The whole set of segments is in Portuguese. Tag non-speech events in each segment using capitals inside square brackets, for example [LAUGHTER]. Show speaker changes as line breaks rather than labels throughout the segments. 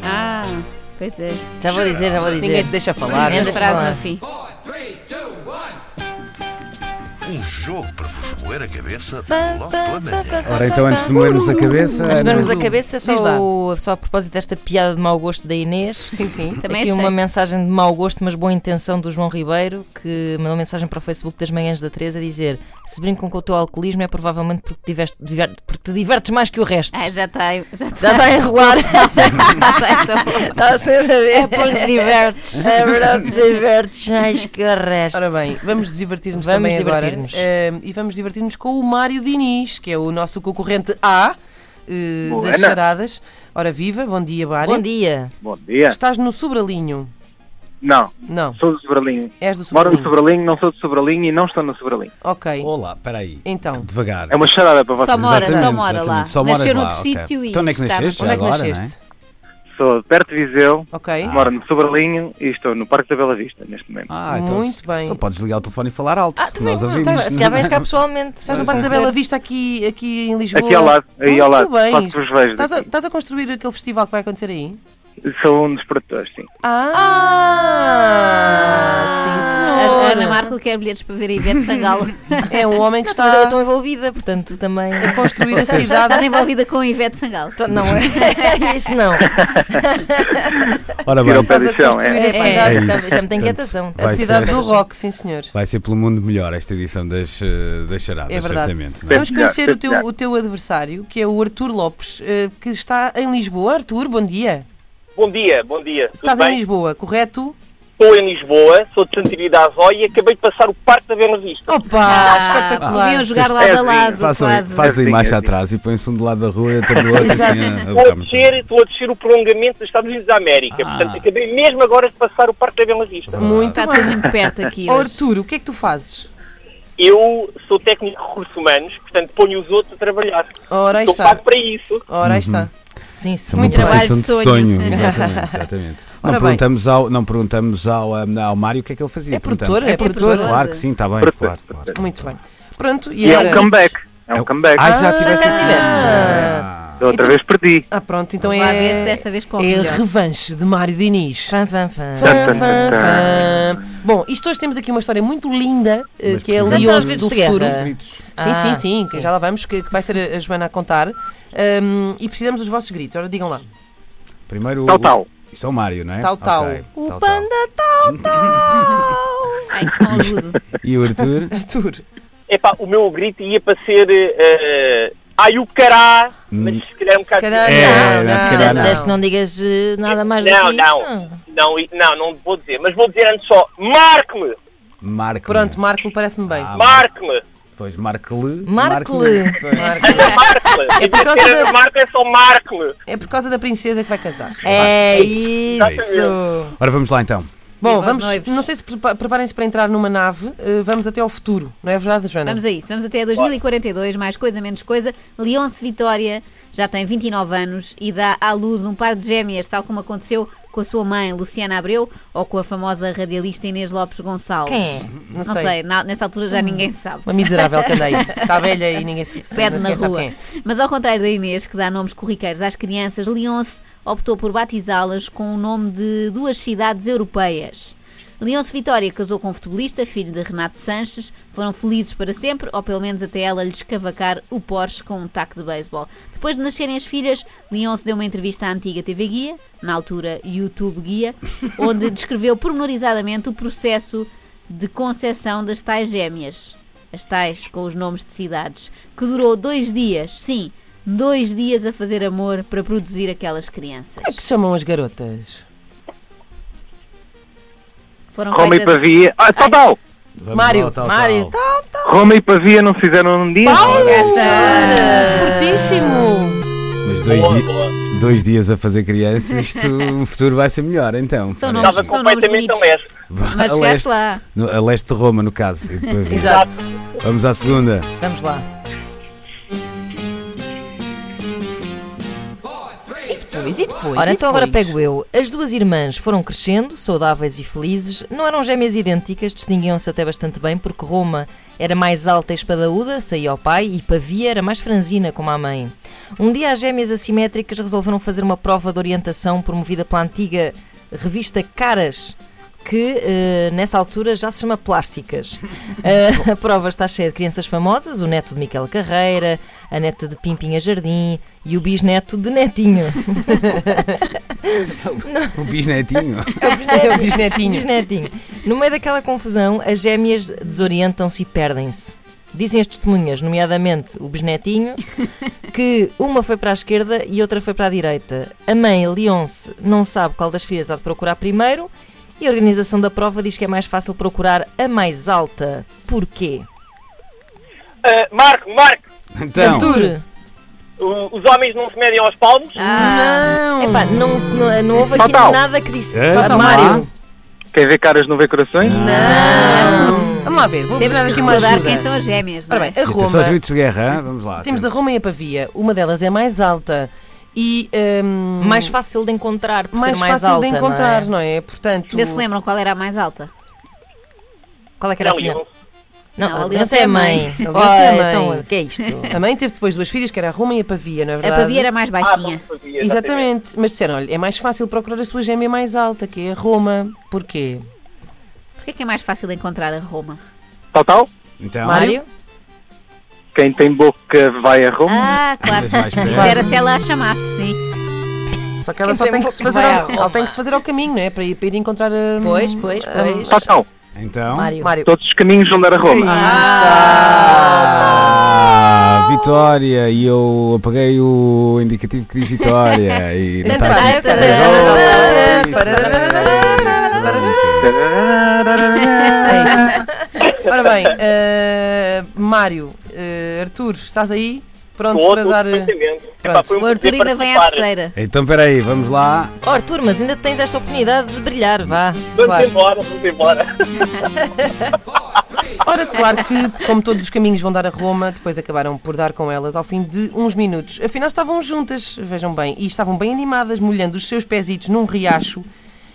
Hum, pois é.
Já vou dizer, já vou dizer.
Ninguém te deixa falar.
Ninguém
né?
te
Essa
deixa
frase
falar.
no fim.
Um jogo para vos moer a cabeça logo pela manhã.
Ora, então antes de moermos a cabeça.
Antes de vermos a
Ana,
cabeça, só,
Diz lá.
o- só a propósito desta piada de mau gosto da Inês.
Sim, sim.
Também
Aqui
achei.
uma mensagem de mau gosto, mas boa intenção do João Ribeiro, que mandou mensagem para o Facebook das manhãs da Teresa a dizer: Se brincam com o teu alcoolismo é provavelmente porque, tiveste- diver- porque te divertes mais que o resto.
Ah, já está. Já [LAUGHS]
Já está a enrolar, [LAUGHS]
está.
está a ser a ver. É porque divertes. É verdade, divertes mais que o resto.
Ora bem, vamos divertir-nos
Vamos
também
divertir-nos.
agora. Eh, e vamos divertir-nos com o Mário Diniz, que é o nosso concorrente A eh,
Boa,
das
Ana.
charadas. Ora viva, bom dia, Mário.
Bom dia.
Bom dia.
Estás no Sobralinho?
Não,
Não,
sou do Sobralinho.
és do
Moro
Sobralinho.
no Sobralinho, não sou do Sobralinho e não estou no Sobralinho.
Ok,
Olá, peraí.
então.
Devagar.
É uma charada para
Só
vocês.
mora, só
Exatamente,
mora lá.
exatamente. Só moras
Nasceu
lá,
noutro
ok.
sítio e.
Então onde é que
estava-
nasceste?
Onde é que
Agora,
nasceste?
Sou de perto de Viseu,
Ok.
moro no Sobralinho e estou no Parque da Bela Vista neste momento.
Ah,
Muito bem.
Então podes ligar o telefone e falar alto.
Ah, tu
Nós
vem-
ouvimos.
se calhar
[LAUGHS]
vens cá pessoalmente.
Então, Estás no Parque da Bela Vista aqui, aqui em Lisboa?
Aqui ao lado, aí ao lado,
Muito bem.
quase que vos vejo.
Estás a,
daqui.
estás a construir aquele festival que vai acontecer aí?
Sou um dos produtores, sim.
Ah, sim, senhor.
A Ana Marco quer bilhetes para ver a Ivete Sangalo.
Ah!
É um homem que
Eu
está
estou envolvida, portanto, tu também.
a construir a
Estás
[LAUGHS] cidade.
envolvida com a Ivete Sangalo.
Então, Não [LAUGHS] é? Isso não.
Ora bem,
Tira o pé
Estás
do
a
chão,
construir
é.
a
É,
cidade.
é,
isso.
isso é muita
Portanto,
inquietação.
A
Vai
cidade
ser.
do rock, sim, senhor.
vai ser pelo mundo melhor esta edição das, eh, das charadas,
É verdade.
certamente. não é?
Vamos
Sim,
conhecer
senhor.
o teu, o teu adversário, que é o Arthur Lopes, eh, que está em Lisboa. Arthur, bom dia.
Bom dia, bom dia.
Estás
Tudo
em
bem?
Lisboa, correto?
Estou em Lisboa, sou de Santiria da Azóia e acabei de passar o Parque da Bela Vista.
Opa, Ah, espetacular.
Ah, Podiam jogar lado a
Pezinho.
lado,
Façam-
quase.
Fazem
Sim,
marcha
sim.
atrás e põe-se um do lado da rua e outro do outro. assim, a- a
Estou
botar
a,
muito.
descer, estou a descer o prolongamento dos Estados Unidos da América.
Ah.
Portanto, acabei mesmo agora de passar o Parque da Bela Vista.
Muito
Está Tá tudo
bem.
muito perto aqui
Ó,
hoje.
Arthur, o que é que tu fazes?
Eu sou técnico de recursos humanos, portanto ponho os outros a trabalhar.
Ora, aí
Estou
está.
pago para isso.
Ora, aí está.
Sim, Assim, sim.
Isso é uma
Muito trabalho
profissão
de
de sonho.
sonho.
Exatamente, exatamente.
Ora
não,
bem.
perguntamos ao, não perguntamos ao, ah, ao Mário o que é que ele fazia.
É
perguntamos.
produtor, é
produtor.
produtor.
Claro que sim, está bem.
Produtor.
Claro, claro.
Muito bem. Pronto, e
E é um
era-
comeback. É
É o-
um comeback.
Ah, já tiveste.
já tiveste.
Ah.
Da outra
então-
vez perdi.
Ah, pronto, então
Vamos lá ver se
é.
desta vez corre
É a
melhor.
revanche de Mário Diniz.
Fã, fã, fã.
Fã, fã, fã. Bom, isto hoje temos aqui uma história muito linda, eh,
Mas
que é a
precisamos-
Leonce
Vamos
do
aos gritos de
futuro.
guerra.
Gritos.
Sim, sim,
Ah,
sim, que
sim.
já lá vamos, que, que vai ser a, a Joana a contar. Ahm, e precisamos dos vossos gritos, ora digam lá.
Primeiro.
Tal, tal.
Isso é o Mário, não é?
Tal, tal.
Ok,
O
tal, tal.
panda tá tal, tal.
Ai, que tão agudo.
[LAUGHS]
E o Arthur?
Arthur.
Epá, o meu grito ia para ser... eh, Ai, o cará! Mas se calhar um
Hum. Se
bocado...
calhar
É,
não,
não,
não,
se
Ah,
calhar
Desde desde que não digas eh, nada mais do
Não,
que
não.
isso.
Não, e- não, não vou dizer. Mas vou dizer antes só. Marque-me!
Marco.
Pronto, Marco, parece-me bem.
Ah,
Marque-me!
Pois, Marco-lhe.
Marco-lhe.
[LAUGHS]
Marque-me! Em
por
vez
causa
de ser
da-
Marque é só marque-me!
É por causa da princesa que vai casar.
É isso.
Ora, vamos lá então.
Bom,
E
vamos.
aos noivos.
Não sei se prepa- preparem-se para entrar numa nave, eh, vamos até ao futuro, não é verdade, Joana?
Vamos a isso, vamos até 2042, mais coisa, menos coisa. Leonce Vitória já tem 29 anos e dá à luz um par de gêmeas, tal como aconteceu com a sua mãe, Luciana Abreu, ou com a famosa radialista Inês Lopes Gonçalves.
Quem é?
Não
Não sei, na- nessa altura já ninguém sabe.
Uma miserável que anda aí. Está velha e ninguém se
Pede na
ninguém sabe
rua.
quem é.
Mas ao contrário da Inês, que dá nomes corriqueiros às crianças, Leonce optou por batizá-las com o nome de duas cidades europeias. Leonce Vitória casou com um futebolista, filho de Renato Sanches. Foram felizes para sempre, ou pelo menos até ela lhes cavacar o Porsche com um taco de beisebol. Depois de nascerem as filhas, Leonce deu uma entrevista à antiga TV Guia, na altura YouTube
[LAUGHS]
Guia, onde descreveu pormenorizadamente o processo de concessão das tais gêmeas as tais com os nomes de cidades, que durou dois dias, sim, dois dias a fazer amor para produzir aquelas crianças.
É que se chamam as garotas.
Foram
Roma e
feitas-
Pavia. Ah, tal, tal.
Vamos
Mário,
lá, tal,
Mário,
tal.
Roma e Pavia não se fizeram num dia.
Fortíssimo!
Mas dois, di- dois dias a fazer crianças, isto, o futuro vai ser melhor então.
São
parece.
Estava
São nomes
completamente a
bonitos.
leste.
Mas
a,
chegaste
leste,
lá.
no- a leste de Roma, no caso. E depois vimos.
Exato.
Vamos à segunda.
Vamos lá. E depois, e depois?
Ora,
e
então agora
depois?
pego eu. As duas irmãs foram crescendo, saudáveis e felizes, não eram gêmeas idênticas, distinguiam-se até bastante bem, porque Roma era mais alta e espadaúda, saía ao pai, e Pavia era mais franzina, como a mãe. Um dia as gêmeas assimétricas resolveram fazer uma prova de orientação promovida pela antiga revista Caras, que eh, nessa altura já se chama
[LAUGHS]
Plásticas. Eh, a prova está cheia de crianças famosas, o neto de Miquel Carreira, a neta de Pimpinha Jardim e o bisneto de Netinho.
O bisnetinho.
[LAUGHS] É o bisnetinho.
Bisnetinho. No meio daquela confusão, as gêmeas desorientam-se e perdem-se. Dizem as testemunhas, nomeadamente o bisnetinho, que uma foi para a esquerda e outra foi para a direita. A mãe, Leonce, não sabe qual das filhas há de procurar primeiro e a organização da prova diz que é mais fácil procurar a mais alta. Porquê?
Ah, Marco, Marco,
Então,
Arthur!
o- os homens não se medem aos palmos?
Ah.
Não! Epá, não, não, não houve aqui
Total.
nada que disse.
É,
Total.
total.
Mário!
Quem vê caras não vê corações?
Vamos lá ver, vou
Temos
dar
que
aqui uma
recordar
ajuda.
quem são as gêmeas, não
Ora
é?
bem, a
atenção aos
Roma.
gritos de guerra, hein? vamos lá.
Temos a Roma e a Pavia. Uma delas é mais alta e hum,
Mais fácil de encontrar, por
mais
ser mais
fácil
alta,
de
não é?
encontrar, não é? Portanto,
Ainda se lembram qual era a mais alta?
Qual é
Ah,
que era a
Não,
opinião?
eu-
Não,
Não, a
não,
Aliança
é
é
a mãe.
mãe.
Olha,
Aliança é a mãe.
Então, o que é isto?
a mãe teve depois duas filhas, que era a Roma e a Pavia, não é
A
verdade?
Pavia era mais
Ah,
baixinha.
não sabia,
Exatamente, mas disseram, olha, é mais fácil procurar a sua gêmea mais alta, que é a Roma. Porquê?
Porquê que é mais fácil de encontrar a Roma?
Ah.
Tal, tal.
Então,
Mário?
Quem tem boca vai a
Hum.
Roma.
Ah, claro.
Mas mais perto.
Isso era se ela a chamasse, sim.
Só que ela
Quem
só
tem
tem que
boca
se fazer
vai à
ao,
Roma.
ela tem que se fazer ao caminho, não é? Para ir, para ir encontrar hum, é a.
Pois, pois,
Ah.
pois.
Tal, tal.
então.
Mário.
Mário.
Todos os caminhos vão dar a Roma.
Ah, Vitória, e eu apaguei o indicativo que diz Vitória.
[LAUGHS]
E tá
Então,
não está aqui.
tá
Oh, isso.
É isso. Ora bem, eh, Mário, eh, Artur, estás aí? Pronto
Estou
para dar. eh,
completamente. Epá,
pronto.
foi um
O Arthur
prazer
ainda vem à
participar.
terceira.
Então, espera aí, vamos lá.
Oh, Arthur, mas ainda tens esta oportunidade de brilhar, vá.
Vamos
Claro.
embora, vamos embora.
Ora, claro que, como todos os caminhos vão dar a Roma, depois acabaram por dar com elas ao fim de uns minutos. Afinal, estavam juntas, vejam bem, e estavam bem animadas, molhando os seus pezitos num riacho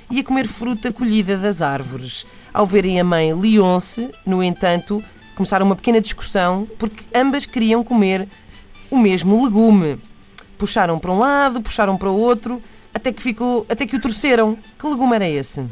e a comer fruta colhida das árvores. Ao verem a mãe Leonce, no entanto, começaram uma pequena discussão porque ambas queriam comer o mesmo legume. Puxaram para um lado, puxaram para o outro, até que ficou, até que o torceram. Que legume era esse?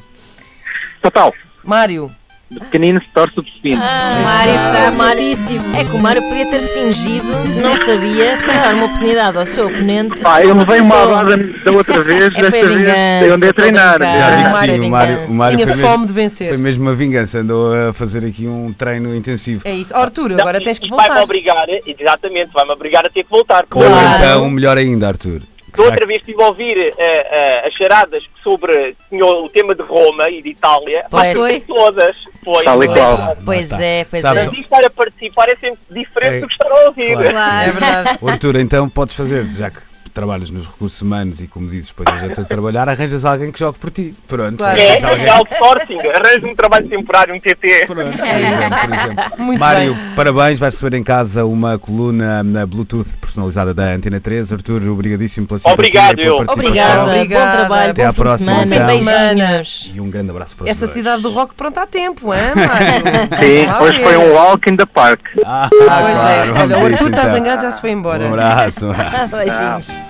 Tal, tal.
Mário,
De pequenino se torce o pepino.
Ah,
O Mário está
Mário.
fortíssimo.
É que o Mário podia ter fingido, não sabia, para dar uma oportunidade ao seu oponente.
Pá, eu levei uma
Facilitou.
abada da outra
[LAUGHS] É,
vez,
foi
desta vez
vingança,
sei onde é
foi
treinar.
vingança.
Já digo
Mário
sim,
vingança.
o Mário, o Mário
tinha
foi,
fome
mesmo,
de vencer.
foi mesmo uma vingança. Andou a fazer aqui um treino intensivo.
É isso. Ó, Arturo,
Não,
agora
e-
tens que
e Vai-me
voltar.
obrigar, exatamente, vai-me obrigar a ter que voltar.
Ou
porque
então, melhor ainda, Arthur.
Da outra vez estive a ouvir eh, eh, as charadas sobre tinha o tema de Roma e de Itália.
Pois.
Acho que Todas. Foi.
Tal e qual.
Pois
Lá está.
é, pois
Ah,
Tá
tá. Sabes,
é.
Mas isto estar a participar é sempre diferente
É.
do que estar a ouvir.
Claro.
É
Claro.
verdade.
[LAUGHS] Ô, Arthur, então podes fazer, já que trabalhas nos recursos humanos e, como dizes, depois a gente a trabalhar, arranjas alguém que jogue por ti. Pronto,
Claro.
arranjas
É, é outsourcing. Arranja um trabalho temporário, um
[LAUGHS]
TT.
Pronto, por exemplo, por exemplo.
É. Muito
Mário,
bem.
parabéns, vais receber em casa uma coluna na Bluetooth personalizada da Antena 3. Arthur, obrigadíssimo pela simpatia
Obrigado,
e pela
eu.
participação.
Obrigada,
Obrigada.
bom trabalho,
Até
bom
à
fim
próxima,
de semana,
então.
beijinhos.
E um grande abraço para os
Essa
dois.
cidade do rock pronto há tempo, hein, Mário?
Sim,
Vá
hoje
ver.
foi um walk in the park.
Ah,
[LAUGHS] Pois
claro,
é,
vamos
olha,
a
o tá
isso,
Arthur está
então.
zangado, já se foi embora.
Um abraço.
Beijinhos.